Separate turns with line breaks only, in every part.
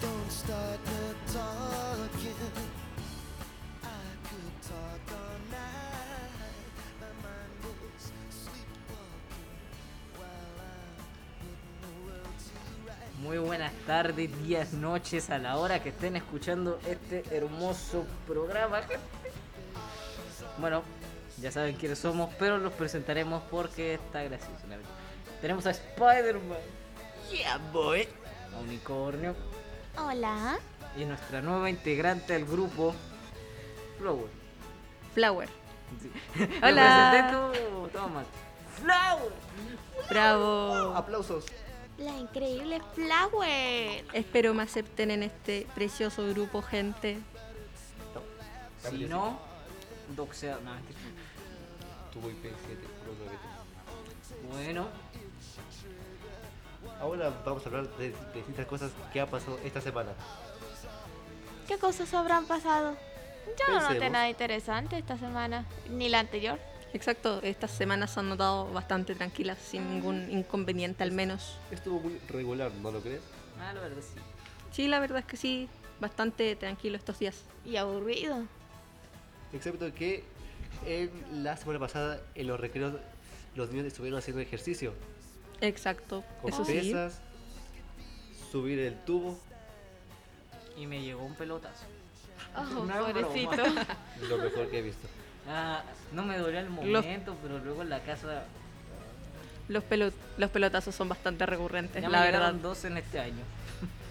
Don't start the talking. I could talk all night. My mind is sleepwalking while I'm putting the world to right.
Muy buenas tardes, días, noches, a la hora que estén escuchando este hermoso programa. Bueno, ya saben quiénes somos, pero los presentaremos porque está gracioso. la verdad. Tenemos a Spider-Man,
Yeah, boy.
a Unicornio
Hola.
y nuestra nueva integrante del grupo, Flower.
Flower.
Sí. Lo
Hola.
presenté tú, toma. ¡Flower!
Bravo.
Aplausos.
La increíble Flower.
Espero me acepten en este precioso grupo, gente.
Si no, doxea. No, mentira.
Tuvo IP7, puro doblete.
bueno,
Ahora vamos a hablar de, de distintas cosas que ha pasado esta semana.
¿Qué cosas habrán pasado? Yo no noté
Pensemos.
nada interesante esta semana, ni la anterior.
Exacto, estas semanas han notado bastante tranquilas, sin ningún inconveniente al menos.
Estuvo muy regular, ¿no lo crees?
ah, la verdad sí.
Sí, la verdad es que sí, bastante tranquilo estos días.
Y aburrido.
Excepto que en la semana pasada en los recreos los niños estuvieron haciendo ejercicio.
Exacto,
Con
eso sí.
pesas, subir el tubo,
Y me llegó un pelotazo.
Oh,
No, pero-
pobrecito.
lo mejor que he visto.
Ah, no me dolió el momento, pero luego en la casa.
Los, pelo- los pelotazos son bastante recurrentes,
Ya
la
me
verdad.
llegaron dos en este año.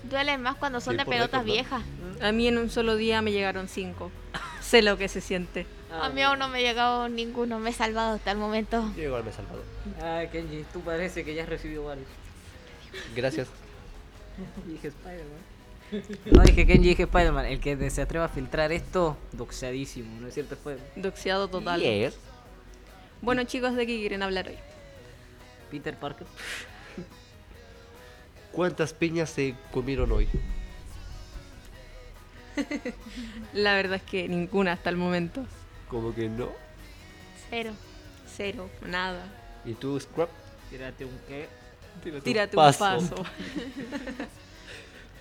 Duelen más cuando son
Sí,
de
por
pelotas
lejos,
viejas.
A mí en un solo día me llegaron cinco. sé lo que se siente.
Ah,
A mí aún no me ha llegado ninguno, me he salvado hasta el momento.
Yo igual me he salvado.
Ah, Kenji, tú parece que ya has recibido varios.
Gracias.
Dije Spider-Man. No dije Kenji, dije Spider-Man. El que se atreva a filtrar esto, doxeadísimo, ¿no es cierto, Spider-Man?
Doxeado total.
Yes.
Bueno, chicos, ¿de qué quieren hablar hoy?
Peter Parker.
¿Cuántas piñas se comieron hoy?
La verdad es que ninguna hasta el momento.
Como que no.
Cero.
Cero, nada.
¿Y tú, Scrap?
Tírate un qué.
Tírate un paso.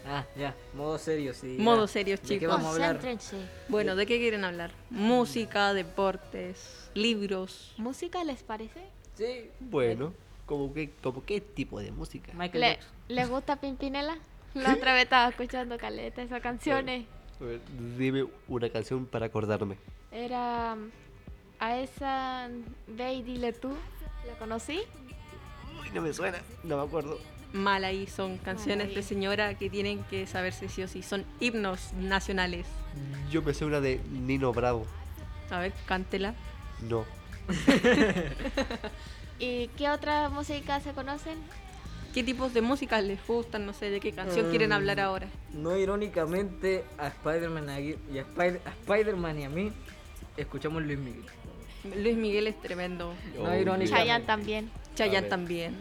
Ah, ya, modo serio, sí. ya.
Modo serios,
¿De qué
chicos.
vamos a hablar?
Concéntrense.
Bueno, ¿de qué quieren hablar? Música, deportes, libros.
¿Música les parece?
Sí,
Bueno, como que, como qué tipo de música.
Michael
¿Le,
Jackson.
¿Les gusta Pimpinela? La otra vez estaba escuchando caleta esas canciones.
A ver, dime una canción para acordarme.
Era mm, a esa Ve y dile tú. ¿La conocí?
Uy, no me suena, no me acuerdo.
Mal ahí son canciones de señora que tienen que saberse sí o sí. Son himnos nacionales.
Yo me sé una de Nino Bravo.
A ver, cántela.
No.
¿Y qué otra música se conocen?
¿Qué tipos de música les gustan? No sé, ¿de qué canción quieren
Mm.
hablar ahora?
No irónicamente a Spider-Man Agui- y a, Spider- a Spider-Man y a mí escuchamos Luis Miguel.
Luis Miguel es tremendo.
No,
Oh,
irónica.
Chayanne también.
Chayanne
ver.
también.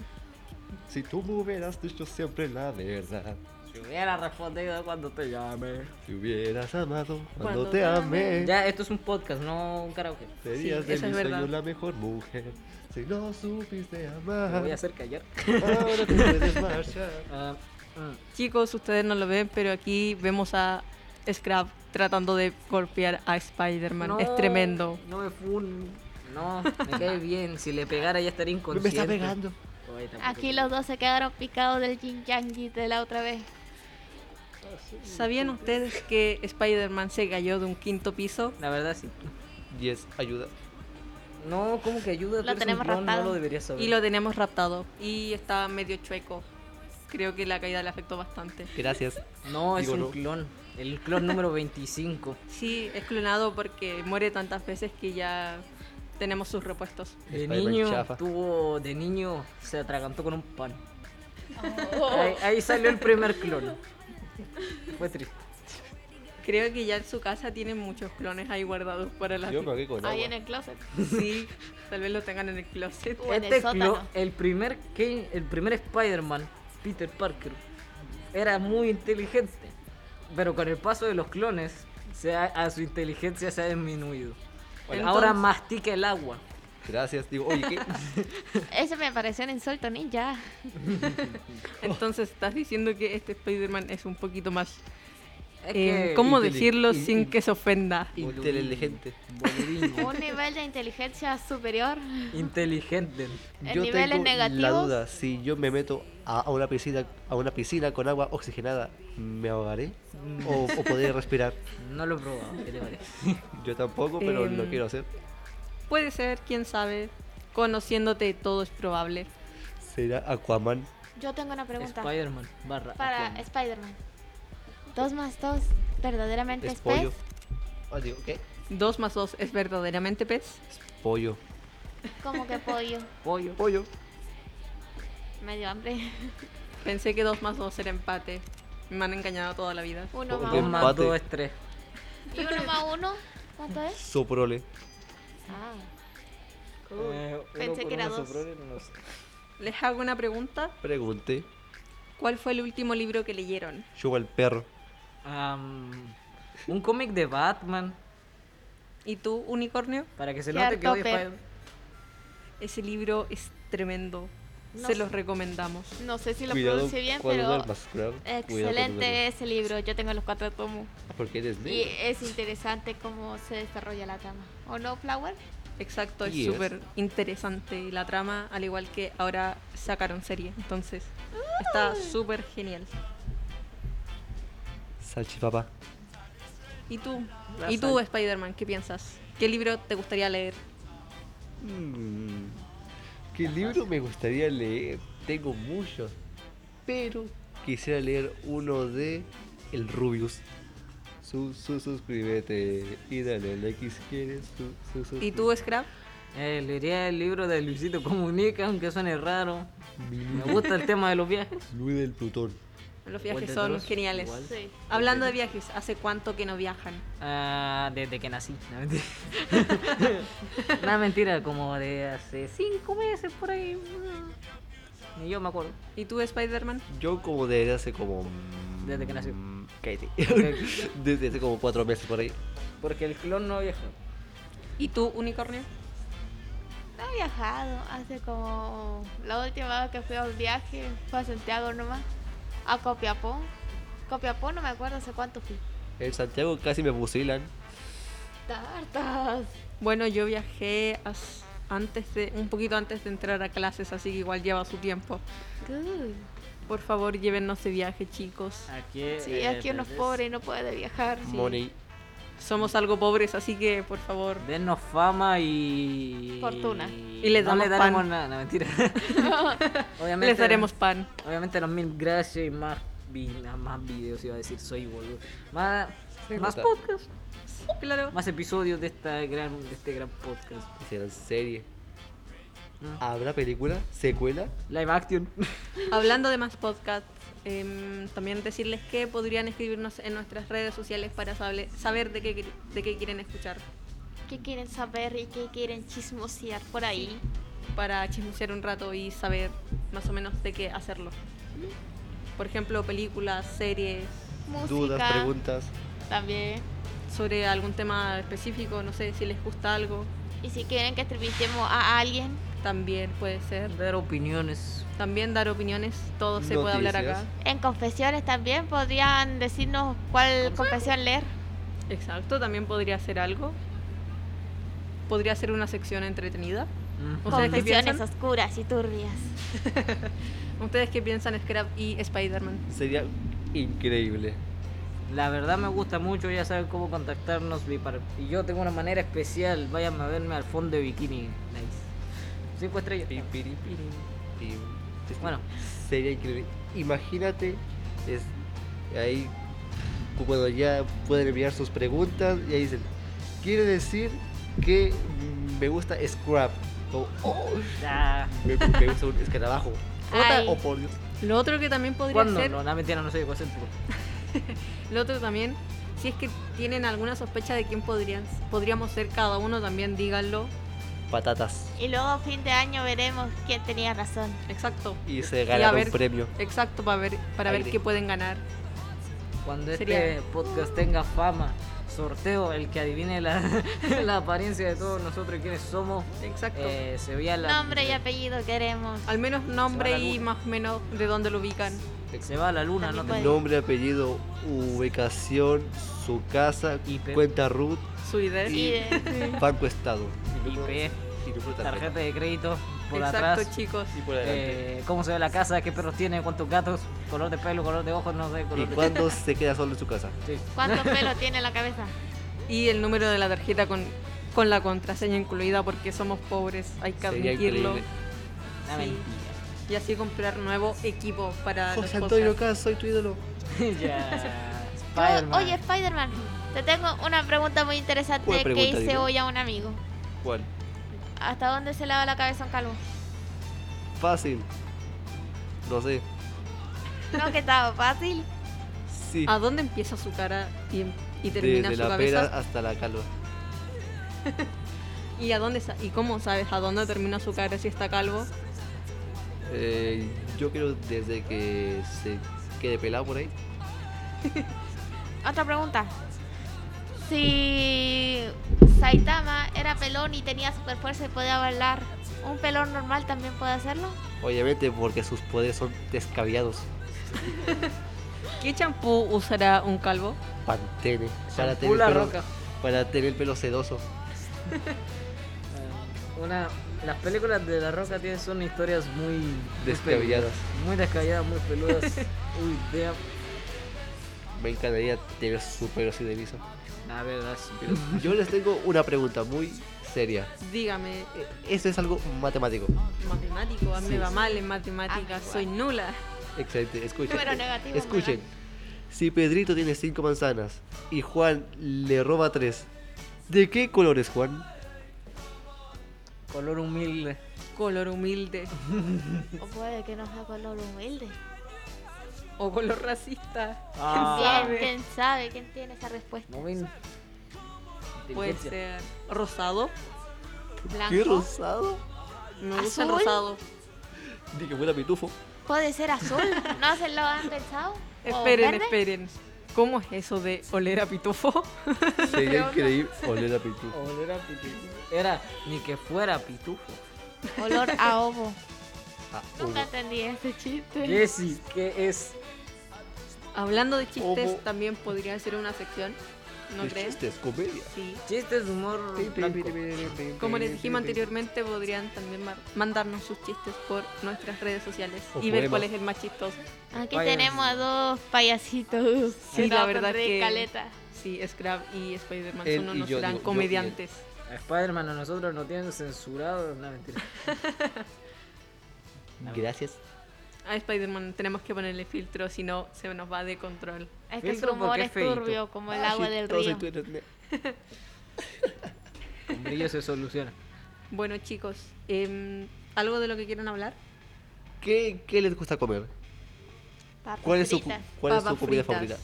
Si tú me hubieras dicho siempre la verdad,
Si hubiera respondido cuando te llame.
si hubieras amado cuando,
Cuando
te
te
amé,
Ya, esto es un podcast, no un karaoke.
serías
Sí,
de
eso
mi
es verdad.
sueño la mejor mujer. Si no supiste
Te voy a
amar,
hacer callar.
ahora te puedes marchar.
Ah, mm.
Chicos, ustedes no lo ven, pero aquí vemos a Scrap tratando de golpear a Spider-Man.
No,
Es tremendo.
No me fun. No, me cae bien. Si le pegara ya estaría
Me
inconsciente.
está pegando.
Oye, tampoco.
Aquí los dos se quedaron picados del Jin Yang Yi de la otra vez.
¿Sabían ustedes que Spider-Man se cayó de un quinto piso?
La verdad sí.
Yes, ayuda.
No, como que ayuda. Tú eres un
tenemos
clon, No
raptado.
lo deberías saber.
Y lo tenemos raptado. Y está medio chueco. Creo que la caída le afectó bastante.
Gracias.
No, es
Digo,
un
no.
clon. El clon número 25.
Sí, es clonado porque muere tantas veces que ya tenemos sus repuestos.
De
Spider-Man
niño
chafa.
tuvo, de niño se atragantó con un pan.
Oh.
Ahí, ahí salió el primer clon. Fue triste.
Creo que ya en su casa tienen muchos clones ahí guardados para la...
Yo me quedé
Pues
con
Ahí
agua.
en el closet.
Sí, tal vez lo tengan en el closet.
O en el
Este
sótano.
clon, el primer Ken- el primer Spider-Man, Peter Parker, era muy inteligente. pero con el paso de los clones, se ha- a su inteligencia se ha disminuido.
Hola.
Ahora
Entonces-
mastica el agua.
Gracias. Digo, oye, ¿qué?
Eso me pareció un insulto ninja.
Entonces, estás diciendo que este Spider-Man es un poquito más.
Es
eh,
que-
¿Cómo
inteli-
decirlo
in- in-
sin que se ofenda?
Inteligente.
Boludo.
Un nivel de inteligencia superior.
Inteligente.
En niveles negativos.
la duda, si yo me meto a, a una piscina a una piscina con agua oxigenada, ¿me ahogaré? ¿O, o podré respirar?
No lo he probado, ¿qué te parece?
Yo tampoco, pero lo
Em,
quiero hacer.
Puede ser, quién sabe. Conociéndote todo es probable.
¿Será Aquaman?
Yo tengo una pregunta.
Spider-Man barra.
para
Aquaman.
Spider-Man. ¿Dos más dos verdaderamente
¿Es
es
pollo?
pez?
Ah, digo, ¿qué?
¿Dos más dos es verdaderamente pez?
Pollo.
Como que pollo.
Pollo.
Pollo.
Me dio hambre.
Pensé que dos más dos era empate. Me han engañado toda la vida.
Uno
Pollo.
más
Dos
uno.
más
Empate.
dos es tres.
¿Y uno más uno? ¿Cuánto es?
Soprole.
Ah.
Eh, uno
Pensé
con
que era
uno
dos.
soprano, no sé.
Les hago una pregunta.
Pregunté.
¿Cuál fue el último libro que leyeron?
Yo al perro.
Am, un cómic de Batman.
¿Y tú, unicornio?
Para que se
Qué
note que odio
hartope.
Spider-Man.
Ese libro es tremendo.
No
Se
sé.
los recomendamos.
No sé si lo
Cuidado
pronuncié bien,
cuando
pero
duermas, cuidado- cuidado cuando
excelente
duermas.
ese libro. Yo tengo los cuatro tomos.
Porque eres
Y
negro.
es interesante cómo se desarrolla la trama. ¿O no, Flower?
Exacto, es
Yes.
súper interesante la trama, al igual que ahora sacaron serie. Entonces, está súper genial.
Salchipapa.
¿Y tú?
La
¿Y tú,
sal-
Spider-Man? ¿Qué piensas? ¿Qué libro te gustaría leer?
Mm, ¿Qué libro me gustaría leer? Tengo muchos, pero quisiera leer uno de El Rubius. Su, su- suscríbete y dale like si quieres. Su- su- su-
¿Y tú, Scrap?
Eh, leería el libro de Luisito Comunica, aunque suene raro. Me gusta el tema de los viajes.
Luis del Plutón.
Los
Igual
viajes
de
son
todos,
geniales.
igual.
Sí.
Hablando de viajes, ¿hace cuánto que no viajan?
Ah, desde que nací. No, mentira. Nada, mentira, como de hace cinco meses por ahí. Ni yo me acuerdo.
¿Y tú, Spider-Man?
Yo como desde hace como... mm,
Desde que nació.
Cállate. desde hace como cuatro meses por ahí.
Porque el clon no viajó.
¿Y tú, Unicornio?
No he viajado. Hace como. La última vez que fui a un viaje fue a Santiago nomás. A Copiapó. Copiapó no me acuerdo hace cuánto fui.
En Santiago casi me fusilan.
Tartas.
Bueno, yo viajé as- antes de, un poquito antes de entrar a clases, así que igual lleva su tiempo.
Good.
Por favor, llévennos de viaje, chicos.
Eh,
Aquí, eh,
Sí, aquí unos pobres no puede viajar.
Money.
Somos algo pobres, así que por favor.
Denos fama y.
Fortuna.
Y,
Y les
no le
damos
daremos
pan.
nada, no, mentira. obviamente,
Les daremos pan.
Obviamente, los mil gracias y más, vi- más videos, iba a decir, soy boludo. Más,
Sí,
más
puta.
podcast,
Claro.
más episodios de, esta gran, de este gran podcast.
Hicieron serie.
Mm.
¿Habrá película? ¿Secuela?
Live action.
Hablando de más podcasts, em, también decirles que podrían escribirnos en nuestras redes sociales para sable- saber de qué, quer- de qué quieren escuchar.
¿Qué quieren saber y qué quieren chismosear por ahí?
Para chismosear un rato y saber más o menos de qué hacerlo. Por ejemplo, películas, series,
Música.
Dudas, preguntas.
También.
sobre algún tema específico, no sé si les gusta algo,
Y si quieren que entrevistemos a alguien,
también puede ser.
Dar opiniones.
También dar opiniones, todo se puede hablar acá.
Noticias.
en confesiones también podrían decirnos cuál confesión leer.
Exacto, también podría ser algo. Podría ser una sección entretenida.
Mm.
O sea, ¿qué
confesiones
piensan?
oscuras y turbias.
¿Ustedes qué piensan Scrap y Spider-Man?
Sería increíble.
La verdad me gusta mucho, ya saben cómo contactarnos. Y, para- y yo tengo una manera especial, vayan a verme al fondo de bikini. Nice. Cinco estrellas.
Pi, piri, piri, pi. Es-
Bueno.
Sería increíble. Imagínate, es ahí cu- cuando ya pueden enviar sus preguntas y ahí dicen, quiere decir que mm, me gusta Scrap. O, "Oh,
Ah,
me, me gusta un escarabajo.
Ay.
Oh, por Dios.
Lo otro que también podría
¿Cuándo?
ser,
No, la mentira, no soy egocéntrico.
lo otro también, si es que tienen alguna sospecha de quién podrían, podríamos ser cada uno, también díganlo.
Patatas.
Y luego a fin de año veremos quién tenía razón.
Exacto,
Y se ganaron
ver-
un premio.
exacto para ver para ver
Aire.
qué pueden ganar.
Cuando
Sería-
este podcast tenga fama, sorteo el que adivine la, la apariencia de todos nosotros y quiénes somos.
Exacto.
eh, se vea la,
Nombre y apellido queremos.
Al menos
Se va
nombre
la
y
luna.
más o menos de dónde lo ubican.
Se va a la luna, no
También
te
puede.
Nombre, apellido, ubicación, su casa,
IP.
cuenta root,
Su idea.
Sí, de-
banco estado.
IP,
Y número de
tarjeta de crédito por
Exacto,
atrás.
chicos.
Y por adelante.
eh, cómo se ve la casa, qué perros tiene, cuántos gatos, color de pelo, color de ojos, no sé,
¿Y
color de...
cuándo se queda solo en su casa?
Sí.
¿Cuánto pelo tiene en la cabeza?
Y el número de la tarjeta con, con la contraseña incluida porque somos pobres, hay que
Sería
admitirlo.
increíble.
Una mentira.
Y así comprar nuevo equipo para los
José Antonio
podcasts.
Cas, soy tu ídolo.
ya.
Yo-
Spider-Man.
oye, Spider-Man, te tengo una pregunta muy interesante
¿Cuál
que
pregunta,
hice
Dino?
hoy a un amigo.
¿Cuál?
¿Hasta dónde se lava la cabeza un calvo?
Fácil. No sé.
No, que estaba fácil.
Sí.
¿A dónde empieza su cara y, y termina
Desde
su
la
cabeza?
pera hasta la calva.
¿Y a dónde sa- y cómo sabes a dónde termina su cara si está calvo?
Eh, yo creo desde que se quede pelado por ahí.
Otra pregunta. Si Saitama era pelón y tenía super fuerza y podía bailar, ¿un pelón normal también puede hacerlo?
Obviamente porque sus poderes son descabellados.
¿Qué champú usará un calvo?
Pantene. Para
Shampoo
tener,
la
el pelo,
roca.
para tener el pelo sedoso.
Eh, Una, las películas de La Roca tienen, son historias muy muy
Descabelladas.
peludas, Muy descabelladas, muy peludas. Uy, damn.
Me encantaría tener su pelo así de liso.
La verdad, sí.
Pero yo les tengo una pregunta muy seria.
Dígame,
Eh, Esto es algo matemático.
matemático, a mí
Sí.
me va mal en matemáticas,
Ah,
soy nula.
Excelente, escuchen.
Número
eh,
negativo,
escuchen.
¿verdad?
Si Pedrito tiene cinco manzanas y Juan le roba tres, ¿de qué color es Juan?
Color humilde.
Color humilde
O puede que no sea color humilde.
o color racista,
Ah,
Bien, quién sabe, quién tiene esa respuesta.
no ven.
puede
Inteligencia.
ser rosado.
¿Qué
Blanco.
rosado?
Me gusta el
¿Azul?
rosado.
Dije, buena pitufo.
Puede ser azul. ¿No se lo han pensado?
Oh,
¿O
Esperen,
verde?
esperen. ¿Cómo es eso de oler a pitufo?
Sería increíble oler a pitufo.
Olor a Oh, pitufo. Era ni que fuera pitufo.
Olor a ovo.
Ah,
Nunca
uno.
entendí ese chiste.
Jessy, ¿qué es?
Hablando de chistes,
Ojo.
también podría ser una sección, ¿no
Los
crees?
chistes, comedia.
Sí.
Chistes de humor blanco.
Como
Eh,
les dijimos anteriormente, podrían también mar- mandarnos sus chistes por nuestras redes sociales
O
y ver
poemas.
cuál es el más chistoso.
Aquí
Vaya.
tenemos a dos payasitos.
Sí, la verdad que-
Caleta.
Sí, Scrap y Spider-Man
Él
son
y
unos
yo,
gran
digo, yo y él.
comediantes.
A Spider-Man a nosotros nos tienen censurado. No, mentira.
Gracias.
A Spider-Man tenemos que ponerle filtro, si no se nos va de control.
Es que su
Filtro porque
humor
es
es
feíto.
turbio, como el agua
Ah, Sí,
del
todos en
río.
Twitter.
Con brillo se soluciona.
Bueno, chicos, em, ¿algo de lo que quieran hablar?
¿Qué, ¿Qué les gusta comer?
Papas
¿Cuál es su,
fritas.
cuál es su
Papas
comida
fritas.
favorita?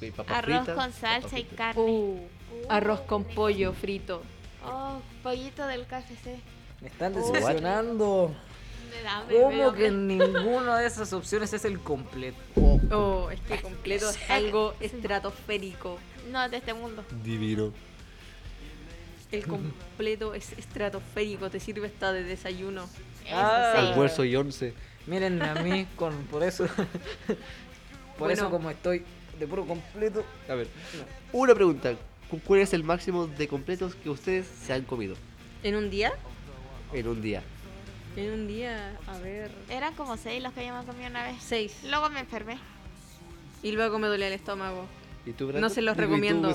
Sí, papas
Arroz
fritas,
con salsa
papas
y
fritas.
carne.
Uh, arroz con
Uh.
pollo frito.
Oh, pollito del KFC.
Me están
What?
decepcionando.
Me da hambre, me da
¿Cómo
hambre.
que ninguna de esas opciones es el completo?
Oh, es que completo es algo estratosférico.
No, de este mundo.
Divino.
El completo es estratosférico, te sirve hasta de desayuno.
Eso
Ah.
sí.
Almuerzo y once.
Miren a mí con por eso. por eso
Bueno.
como estoy de puro completo.
A ver, una pregunta. ¿cu- ¿Cuál es el máximo de completos que ustedes se han comido
¿En un día?
en un día?
En un día, a ver.
Eran como seis los que yo me comí una vez.
Seis.
Luego me enfermé.
Y luego me dolía el estómago.
¿Y tú,
No se los recomiendo.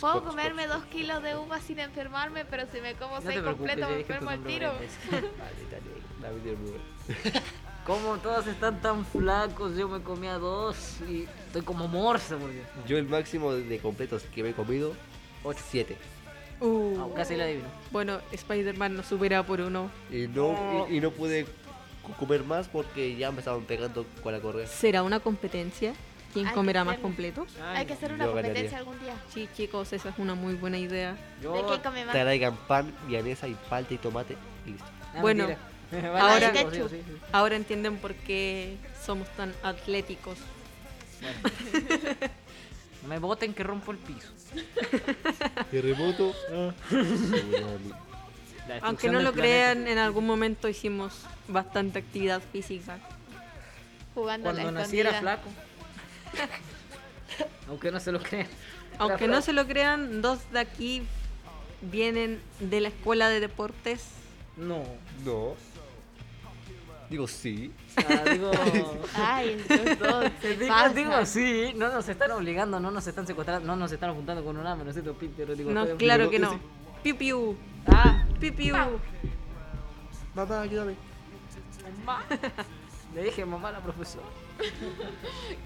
Puedo comerme dos kilos de uva sin enfermarme, pero si me como
No
seis
te preocupes, ya
completos me
dije tu
enfermo al
nombre pues.
tiro.
varias veces. Como todos están tan flacos, yo me comía dos y estoy como morsa, por Dios.
Yo el máximo de completos que me he comido, 7.
Uh.
Ah, casi la adivino.
Bueno, Spider-Man nos supera por uno.
Y no, y, y no pude cu- comer más porque ya me estaban pegando con la correa.
¿Será una competencia? ¿Quién
Hay que
comerá más
hacerlo.
completos?
Ay,
Hay que hacer una
yo ganaría.
competencia algún día.
Sí, chicos, esa es una muy buena idea.
yo- Ah,
¿De quién come más?
Traigan pan, milanesa y palta y tomate y listo.
Ah,
Bueno,
mentira. Vale,
ahora-
sí, sí, sí, sí.
Ahora entienden por qué somos tan atléticos.
No me boten que rompo el piso.
Terremoto. Tsunami.
La destrucción
Aunque no
del planeta.
lo crean, en algún momento hicimos bastante actividad física.
Jugando a la
Cuando nací era
escondida.
flaco. Aunque no se lo crean.
Aunque no se lo crean, dos de aquí vienen de la escuela de deportes.
No.
No. Digo sí.
Ah, digo.
Ay, los dos, se
digo,
pasan.
digo sí, no nos están obligando, no nos están secuestrando, no nos están juntando con un ama, no sé tu pi, pero digo.
No,
estoy-
claro
digo,
que no.
sí.
Piu piu,
Ah,
piu piu.
Mamá, ayúdame.
mamá. Le dije mamá a la profesora.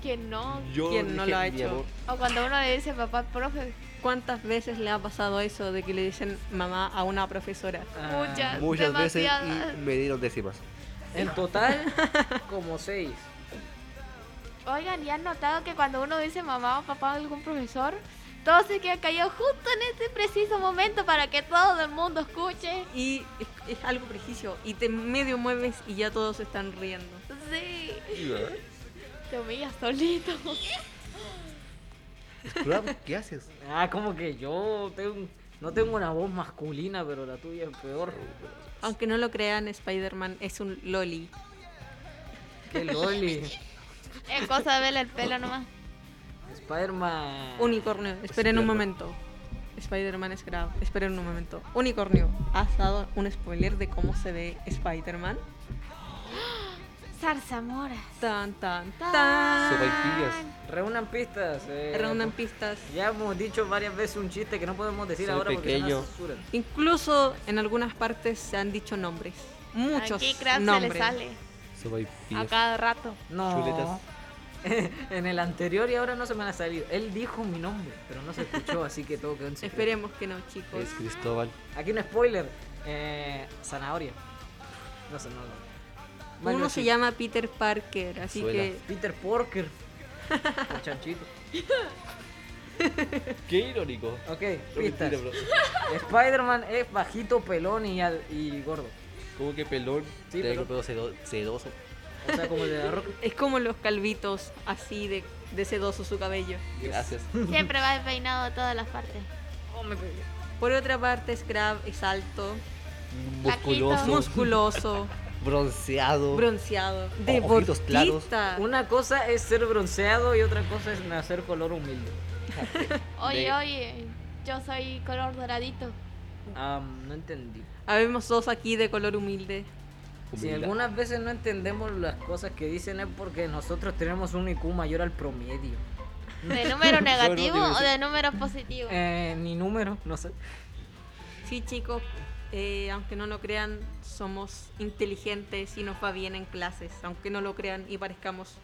Que no.
Yo
¿Quién no
dije,
lo ha
mi
hecho?
amor,
O cuando uno le dice papá, profe,
¿Cuántas veces le ha pasado eso de que le dicen mamá a una profesora?
Ah,
Muchas.
Muchas
Demasiadas.
veces y me dieron décimas.
En total, como seis.
oigan, ¿ya han notado que cuando uno dice mamá o papá a algún profesor, todos se quedan callados justo en este preciso momento para que todo el mundo escuche?
Y es, es algo prejuicio. Y te medio mueves y ya todos se están riendo.
Sí, te humillas solito.
Scrub, ¿qué haces?
Ah, como que yo tengo, no tengo una voz masculina, pero la tuya es peor.
Aunque no lo crean, Spider-Man es un loli.
Qué loli.
Es cosa de verle el pelo nomás.
Spider-Man.
Unicornio. Esperen un momento. Spider-Man es grave. Esperen un momento. Unicornio. ¿Has dado un spoiler de cómo se ve Spider-Man?
Zarzamoras.
Tan, tan, tan.
Sopaipillas.
Reúnan pistas. eh,
Rondan pistas.
Ya hemos dicho varias veces un chiste que no podemos decir
Soy
ahora porque se
pequeño.
nos censuran.
Incluso en algunas partes se han dicho nombres. Muchos
Aquí Krabs se
nombres.
le sale a
Sopaipillas.
cada rato.
No.
Chuletas.
en el anterior y ahora no se me han salido. Él dijo mi nombre, pero no se escuchó, así que todo quedó en secreto.
Esperemos que no, chicos.
Es Cristóbal.
Aquí un spoiler. Eh, zanahoria. No sé, no. no.
Uno se
Magnus-
llama Peter Parker, así
Suela.
que
Peter Porker. El chanchito.
Qué irónico.
Ok,
No, mentira,
pistas.
bro.
Spider-Man es bajito, pelón y, al- y gordo.
Como que pelón.
Sí,
Tengo
pelón.
pedo sedo- sedoso.
O sea, como el de la roca.
es como los calvitos, así de, de sedoso su cabello.
Gracias.
Siempre va despeinado a todas las partes.
Oh, me pegué.
Por otra parte, Scrap es alto,
Musculoso.
musculoso,
Bronceado.
bronceado,
Oh. ojitos claros.
deportista.
Una cosa es ser bronceado y otra cosa es nacer color humilde.
Oye,
Negro.
oye, yo soy color doradito.
Am, no entendí.
Habemos dos aquí de color humilde.
Si
Humildad.
algunas veces no entendemos las cosas que dicen es porque nosotros tenemos un IQ mayor al promedio.
¿De número negativo
digo
o
sí.
de número positivo?
Eh, ni número, no sé.
Sí, chicos, eh, aunque no lo crean, somos inteligentes y nos va bien en clases, aunque no lo crean y parezcamos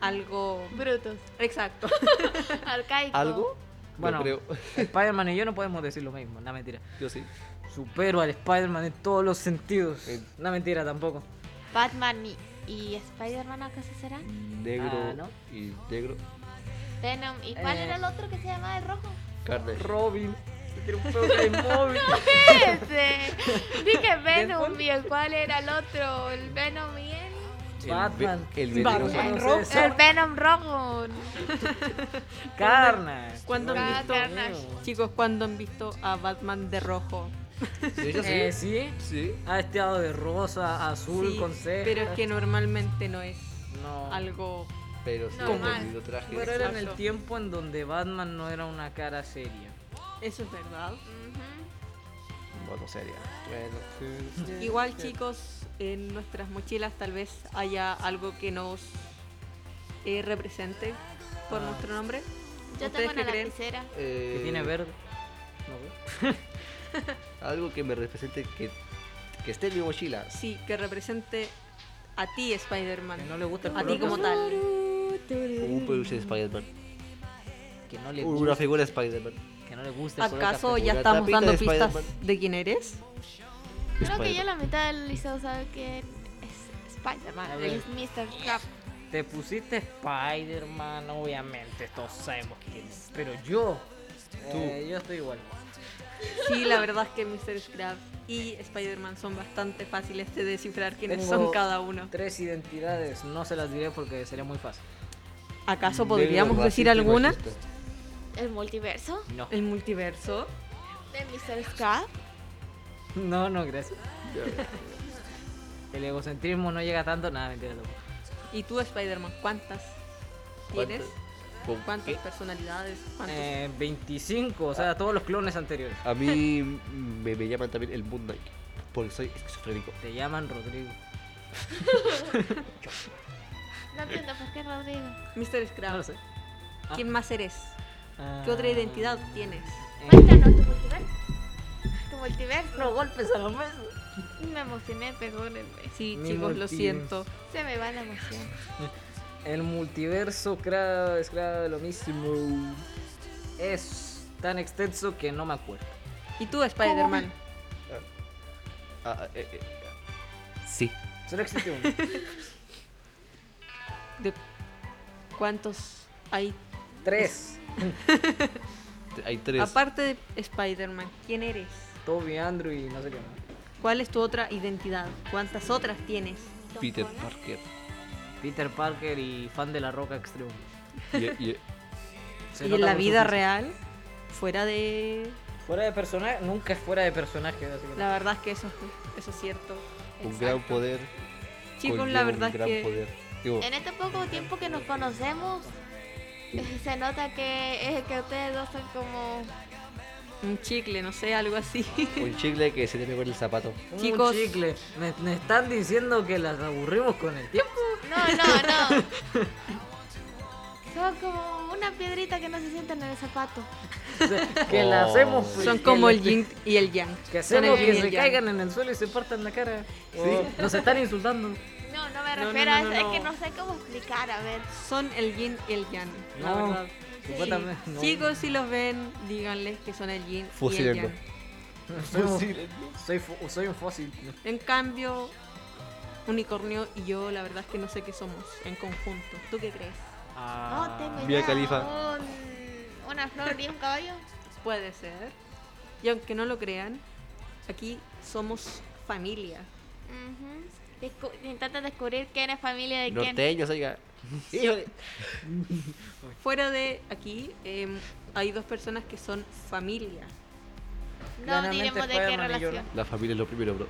algo...
Brutos.
Exacto.
Arcaico.
¿Algo?
Bueno.
No creo.
Spider-Man y yo no podemos decir lo mismo, no mentira.
Yo sí.
Supero al Spider-Man en todos los sentidos.
Eh.
No mentira tampoco.
Batman y, y Spider-Man acaso serán.
Negro.
Ah, ¿no?
Y negro.
Venom. ¿Y cuál
Eh.
era el otro que se llamaba el rojo?
Carne.
Robin. Tiene un pedo de móvil.
Ese. Dije Venom
Deadpool.
y el cuál era el otro. El Venom y él.
Batman.
El, ve- el venenoso.
Batman.
No sé.
Rojo.
El Venom rojo.
Carnage.
¿Cuándo han
Ah,
visto-
Carnage.
Chicos, ¿cuándo han visto a Batman de rojo?
Sí, yo sí.
Eh, sí.
Sí.
Ha estado de rosa, azul,
Sí,
con cejas.
Pero es que normalmente no es
No.
algo.
Pero sí.
Normal.
con el lindo traje.
Pero era en el
Exacto.
tiempo en donde Batman no era una cara seria.
Eso es verdad.
Ujú.
Bueno, sería. Bueno. pues,
Igual, chicos, en nuestras mochilas tal vez haya algo que nos eh, represente por
Ah.
nuestro nombre.
Yo
¿Ustedes
tengo
qué
una
creen?
lapicera.
Eh,
Que tiene verde. No veo.
Algo que me represente que, que esté en mi mochila.
Sí, que represente a ti,
Que
Spider-Man.
no le gusta el
a ti
color
como
rosa.
tal.
Un peluche de Spider-Man.
Que no le
Una
gusta.
figura de Spider-Man.
Que no le gusta el color
¿Acaso
café.
ya
Una
estamos
tapita
dando
de
pistas
Spider-Man.
de quién eres?
Creo que
Spider-Man.
ya la mitad del liceo sabe que es Spider-Man.
A ver.
Es Mr. Crab.
Te pusiste Spider-Man, obviamente, todos sabemos quién es. Pero yo,
Tú.
eh, yo estoy igual.
Sí, la verdad es que Mr. Scrap y Spider-Man son bastante fáciles de descifrar quiénes
Tengo-
son cada uno.
Tres identidades, no se las diré porque sería muy fácil.
¿Acaso
Negro,
podríamos
racista
decir
y
alguna?
machista.
¿El multiverso?
No.
¿El multiverso?
¿De Mr. Scott?
No, no, gracias. El egocentrismo no llega tanto, nada, mentira tampoco.
¿Y tú, Spider-Man, cuántas tienes?
¿Cuántas? ¿Con
¿Cuántas
qué?
personalidades? ¿Cuántos?
Eh, 25, o sea, todos los clones anteriores.
A mí me, me llaman también el Moon Knight. Porque soy esquizofrénico.
Te llaman Rodrigo.
No entiendo por qué Rodrigo.
Mr.
No lo
Scrap,
sé.
¿quién más eres? ¿Qué
Ah,
otra identidad tienes?
eh,
Cuéntanos tu multiverso. Tu multiverso.
no golpes a los mesos.
Me emocioné, perdónenme.
Sí,
Mi
chicos, lo
multi-
siento.
Se me va la emoción.
El multiverso crea, es crea lo mismo. Es tan extenso que no me acuerdo.
¿Y tú, Spider-Man?
Ah, ah, eh, eh, Sí.
Solo existe uno.
¿De cuántos hay?
Tres.
Hay tres.
Aparte de Spider-Man, ¿quién eres?
Toby, Andrew y no sé qué más.
¿Cuál es tu otra identidad? ¿Cuántas otras tienes?
Peter Parker.
Peter Parker y fan de la roca extremo.
Y, y-
Se
¿Y
nota
en la
por su
vida
físico.
real? Fuera de...
Fuera de personaje, nunca es fuera de personaje. así que-
La verdad es que eso, eso es cierto.
un
Exacto.
gran poder.
Chicos,
conlleva
la verdad
un
es
gran
que...
poder. Digo,
En este poco tiempo que nos conocemos, eh, se nota que, eh, que ustedes dos son como.
Un chicle, no sé, algo así.
un chicle que se te pegó en el zapato.
Un
Chicos.
chicle. Me, me están diciendo que las aburrimos con el tiempo.
No, no, no. Son como una piedrita que no se sienta en el zapato.
O sea, que las hacemos. pues,
Oh.
Son
que
como
le-
el yin y el yang.
Que
Son
hacemos
el
que
yin y
se
el yang.
caigan en el suelo y se partan la cara. O Nos están insultando.
No, no me
No, no,
refiero a
no,
eso.
no,
Es que
no.
no sé cómo explicar, a ver.
Son el yin y el yang, la
No,
verdad.
supuestamente no.
Chicos, si los ven, díganles que son el yin y
Fusilando.
el yang.
Pues
Soy, soy, fo- soy un fósil.
En cambio, Unicornio y yo, la verdad es que no sé qué somos en conjunto. ¿Tú qué crees?
Ah,
No Oh, tengo
Mia
idea,
Khalifa.
un- una flor y un caballo.
Puede ser. Y aunque no lo crean, aquí somos familia.
Ujú. Descu- Intenta descubrir quién es familia de quién.
Norteños, oiga. Híjole.
Fuera de aquí, em, hay dos personas que son familia.
No
Claramente
diremos de qué
Spider-Man y yo,
relación,
La familia es lo primero, bro.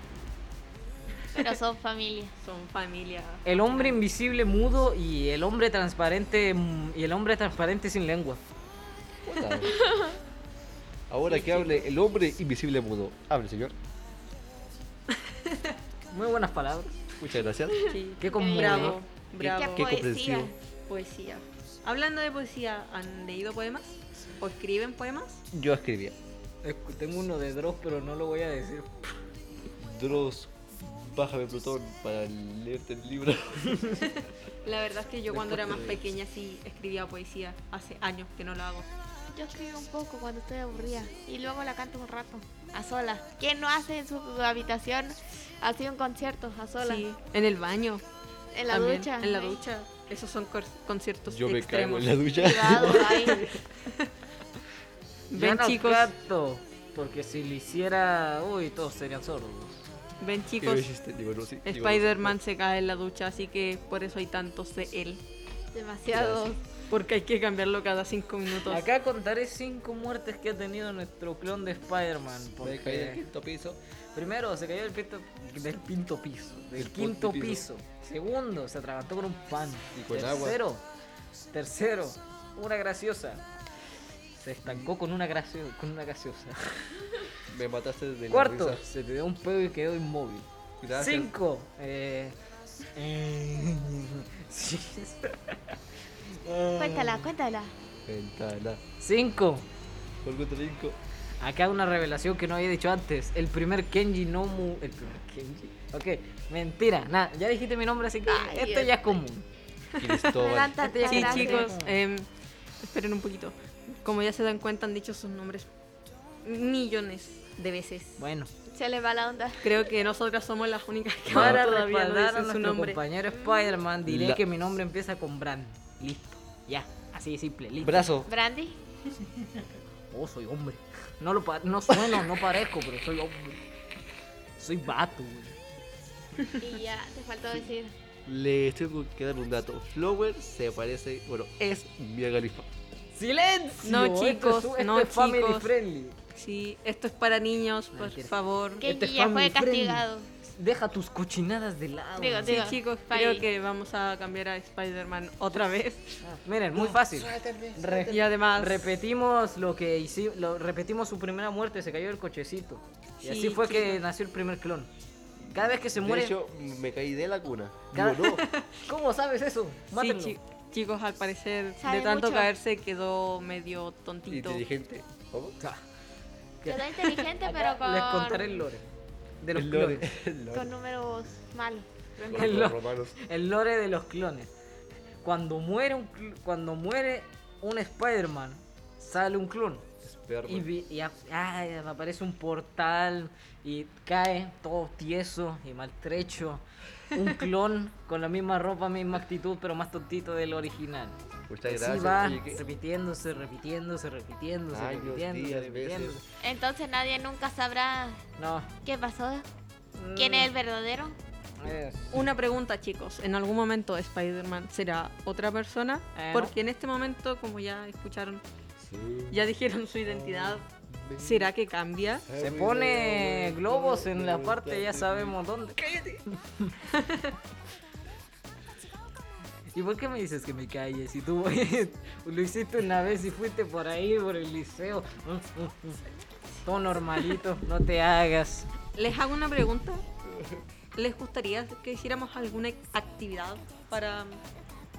pero son familia.
Son familia.
El hombre invisible mudo y el hombre transparente mm, y el hombre transparente sin lengua.
Puta. Ahora que hable el hombre invisible mudo. Hable, señor.
Muy buenas palabras.
Muchas gracias.
Sí.
Qué conmovedor.
Bravo,
Qué-
bravo.
Qué
Poesía.
comprensivo.
Poesía. Hablando de poesía, ¿han leído poemas? ¿O escriben poemas?
Yo escribía.
Escu- Tengo uno de Dross, pero no lo voy a decir.
Dross, bájame Plutón para leerte el libro.
La verdad es que yo cuando era más pequeña sí escribía poesía. Hace años que no lo hago.
Yo escribo un poco cuando estoy aburrida y luego la canto un rato, a solas. ¿Quién no hace en su habitación así un concierto a solas?
Sí, en el baño.
En la
también,
ducha.
En la ducha. Esos son cor- conciertos
Yo me caigo
extremos.
en la ducha.
Privado, ahí.
Ya
Ven
no
chicos,
canto, porque si lo hiciera, uy, todos serían sordos.
ven
Digo,
chicos.
es este, digo, no, sí, digo, no,
Spider-Man se cae en la ducha, así que por eso hay tantos de él.
Demasiado.
Porque hay que cambiarlo cada cinco minutos.
Acá contaré cinco muertes que ha tenido nuestro clon de Spider-Man.
no. Me caí del
Porque
quinto piso.
primero se cayó del, pinto- del quinto piso. Del
Del
quinto
punto
piso.
piso.
Segundo, se atragantó con un pan.
Y con agua.
tercero, tercero, una graciosa. Se estancó con una, gracio- con una gaseosa.
Me mataste desde
Cuarto,
la risa.
se te dio un pedo y quedó inmóvil.
Gracias.
Cinco. Eh, eh, sí.
Cuéntala, cuéntala.
Ventana.
Cinco.
Por contra cinco.
Acá una revelación que no había dicho antes. El primer Kenji no mu- El primer Kenji. Ok, mentira. Nada, ya dijiste mi nombre, así que
Ay,
esto ya es común.
Me dan
Cristóbal.
tantas
Este
Sí,
Gracias.
gracias.
chicos, eh, esperen un poquito. Como ya se dan cuenta, han dicho sus nombres millones de veces.
Bueno,
Se le va la onda.
Creo que nosotras somos las únicas que
para
todavía no
respaldar a
dicen su
nuestro
nombre.
compañero Spider-Man, diré
La-
que mi nombre empieza con Bran. Listo, ya, así de simple, listo.
Brazo.
Brandy,
Oh, soy hombre. No lo pa- no sueno, no parezco, pero soy hombre. Soy vato, güey.
y ya te faltó decir.
Les tengo que dar un dato. Flower se parece, bueno, es Mia Galifa.
¡Silencio!
No,
Esto es
chicos,
un- esto
no,
es family
chicos.
friendly.
Sí, esto es para niños, por
Mentira.
favor.
Que
Este es
ya
family
fue
friendly.
castigado.
Deja tus cochinadas de lado.
Digo,
Sí,
digo,
chicos,
pa'
creo
ahí.
que vamos a cambiar a Spider-Man otra vez.
Ah, Miren, muy fácil. Re-
Y además,
repetimos lo que hicimos, repetimos su primera muerte, se cayó el cochecito. Y
Sí,
así fue que
chicos.
nació el primer clon. Cada vez que se
De
muere,
hecho, me caí de la cuna.
Cada-
Digo, no.
¿cómo sabes eso?
sí,
Mátenlo.
chi- chicos, al parecer,
Sabe
de tanto
mucho.
caerse quedó medio tontito.
Inteligente. ¿Cómo?
Ah,
Quedó inteligente, pero
Les contaré
con,
el lore. De los
El lore.
clones.
El lore.
con números malos.
Con
el
los
lore.
romanos.
El lore de los clones. Cuando muere un, cl- cuando muere un Spider-Man, sale un clon. Y,
Spider-Man.
vi- y ap- ay, aparece un portal y cae todo tieso y maltrecho. Un clon con la misma ropa, misma actitud, pero más tontito del original.
Muchas
Y
gracias.
Así va
oye, que-
repitiéndose, repitiéndose, repitiéndose,
Años,
repitiéndose,
días,
repitiéndose.
veces.
Entonces nadie nunca sabrá
No.
qué pasó, quién es el verdadero.
Mm, es-
Una pregunta, chicos. ¿En algún momento Spider-Man será otra persona?
Eh, no.
Porque en este momento, como ya escucharon,
Sí. Oh,
ya dijeron su identidad, ¿será que cambia?
Se pone globos en la parte, ya sabemos dónde. ¿Y por qué me dices que me calles? Si tú lo hiciste una vez y fuiste por ahí, por el liceo. Todo normalito, no te hagas.
Les hago una pregunta. ¿Les gustaría que hiciéramos alguna actividad para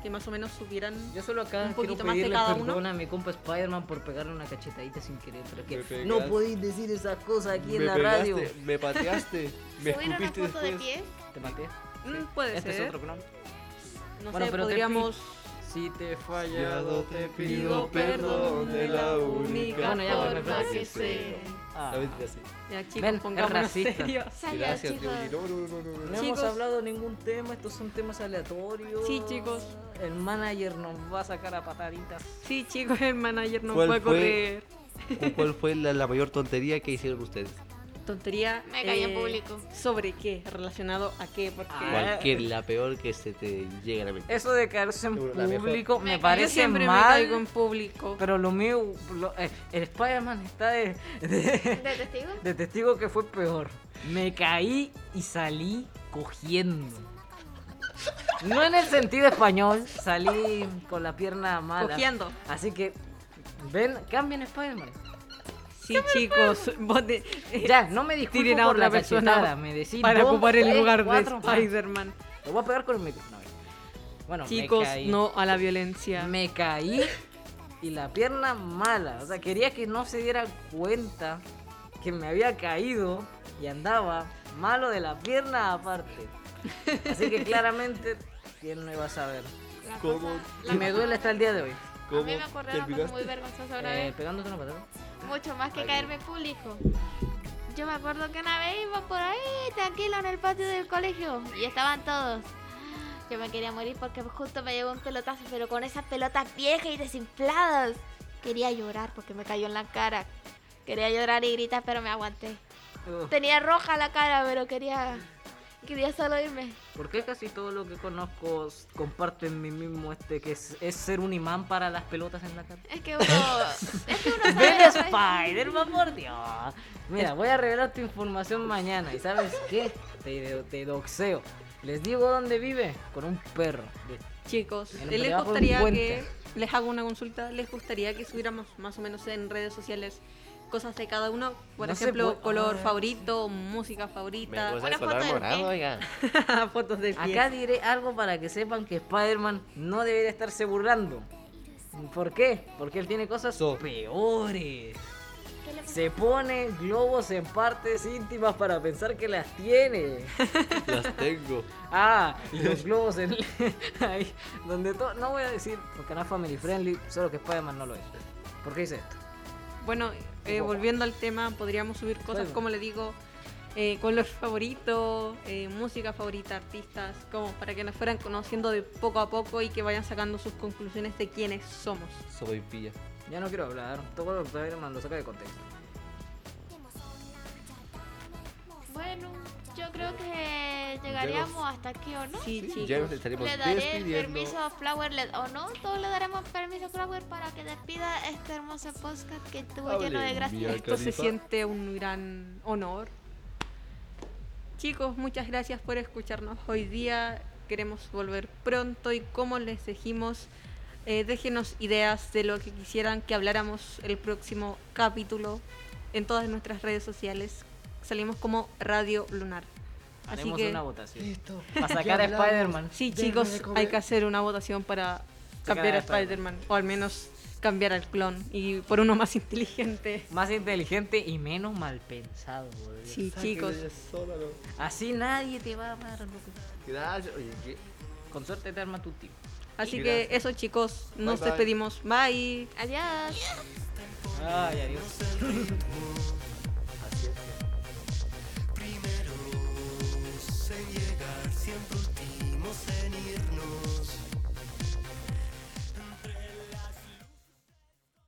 que más o menos supieran?
Yo solo acá
Un
quiero
poquito más de
pedirle
cada uno.
perdón a mi compa Spider-Man por pegarle una cachetadita sin querer. Pero
Me
que
pegaste.
no podéis decir esas cosas aquí
me
en la
pegaste,
radio.
Me pateaste. Me
¿Subir una
escupiste
foto de
después.
pie?
Te maté.
Mm, puede
Este es
ser.
otro clon.
No
Bueno,
sé,
pero te
podríamos...
Si te he fallado,
Fallado te
pido
pido perdón de la
Ah,
única
Bueno, ya, bueno,
forma
claro.
que sé.
Ah.
La mentira, sí.
Ya, chicos,
Ven, es
pongámonos
racista.
serios.
Salió,
Gracias,
chicos.
Teori. No, no, no, no, no.
No hemos
Chicos.
hablado de ningún tema, estos son temas aleatorios.
Sí, chicos.
El manager nos va a sacar a pataditas.
Sí, chicos, el manager no
¿Cuál
puede
fue?
correr.
¿Cu- ¿Cuál fue la, la mayor tontería que hicieron ustedes?
Tontería. eh,
Me caí
Eh,
en público.
¿Sobre qué? ¿Relacionado a qué? Porque
Ah,
Cualquier, la peor que se te llegue a la mente.
Eso de caerse en
Seguro, la mejor.
público me
Me- yo
yo
parece
siempre me
mal.
caigo en público.
Pero lo mío, lo- eh, el Spider-Man está de, de-
¿De testigo?
de testigo que fue peor. Me caí y salí cogiendo. No en el sentido español, salí con la pierna mala.
Cogiendo.
Así que, ven, cambien Spider-Man.
Sí, chicos. bote-
Ya, no me disculpo
Tiren a
por la
otra persona
cachetada, me decís
para
dos,
ocupar el
tres,
lugar
cuatro,
de Spider-Man.
Te voy a pegar con el micro. no, bueno, me
Chicos,
caí.
no a la violencia.
Me caí y la pierna mala. O sea, quería que no se diera cuenta que me había caído y andaba malo de la pierna aparte. Así que claramente él no iba a saber.
La
¿Cómo?
cosa-
Y me duele hasta el día de hoy.
A mí me ocurrió una cosa muy vergonzosa una
Eh,
vez,
pegándote una patada.
Eh,
mucho más que caerme en público. Yo me acuerdo que una vez iba por ahí, tranquilo, en el patio del colegio, y estaban todos. Yo me quería morir porque justo me llegó un pelotazo, pero con esas pelotas viejas y desinfladas. Quería llorar porque me cayó en la cara. Quería llorar y gritar, pero me aguanté.
Uf,
Tenía roja la cara, pero quería, quería solo irme.
¿Por qué casi todo lo que conozco s- comparto en mí mismo este que es, es ser un imán para las pelotas en la cara?
Es que uno, es que uno sabe
Ven
después.
Spider-Man, por Dios. Mira, voy a revelar tu información mañana. ¿Y sabes qué? Te, te doxeo. Les digo dónde vive. Con un perro.
Chicos,
En
les
realidad fue un
gustaría que.
puente.
Les hago una consulta. ¿Les gustaría que subiéramos más o menos en redes sociales cosas de cada uno? Por
No se
ejemplo,
puede-
color
Ah.
favorito, música favorita,
gusta el color morado,
oiga.
fotos de pie.
Acá diré algo para que sepan que Spider-Man no debería estarse burlando. ¿Por qué? Porque él tiene cosas
So.
peores.
¿Qué le
Se pone globos en partes íntimas para pensar que las tiene.
Las tengo.
Ah, y los globos en... ahí, donde todo... No voy a decir porque no es family friendly, solo que Spider-Man no lo es. ¿Por qué hice esto?
Bueno, eh, volviendo al tema, podríamos subir cosas,
Bueno.
como le digo, eh, color favorito, eh, música favorita, artistas, como para que nos fueran conociendo de poco a poco y que vayan sacando sus conclusiones de quiénes somos.
Soy pilla.
Ya no quiero hablar. Todo lo que Spider-Man lo saca de contexto.
Bueno, Bueno, yo creo que llegaríamos hasta aquí, ¿o no?
Sí,
Sí,
chicos.
ya nos estaremos
Le daré el
despidiendo.
permiso a Flower, le- o no, todos le daremos permiso a Flower para que despida este hermoso podcast que estuvo lleno de
Hable,
gracia.
mía.
Esto se
Califa.
siente un gran honor. Chicos, muchas gracias por escucharnos hoy día. Queremos volver pronto y como les dijimos, eh, déjenos ideas de lo que quisieran que habláramos el próximo capítulo en todas nuestras redes sociales. Salimos como Radio Lunar. Así
Haremos
que,
una votación.
Listo.
Para sacar a Spider-Man.
sí,
Denme de
chicos,
comer.
hay que hacer una votación para
Sacar
cambiar
a
a Spider-Man o al menos cambiar al clon y por uno más inteligente.
Más inteligente y menos mal pensado, boludo.
Sí, chicos.
Así nadie te va a amar, loco.
Gracias. Oye, qué-
Con suerte te arma tu tío.
Así
Gracias.
que eso chicos, nos
bye.
despedimos. Bye.
Adiós.
Ay, adiós.
así es.
Primeros en llegar, siempre últimos en irnos.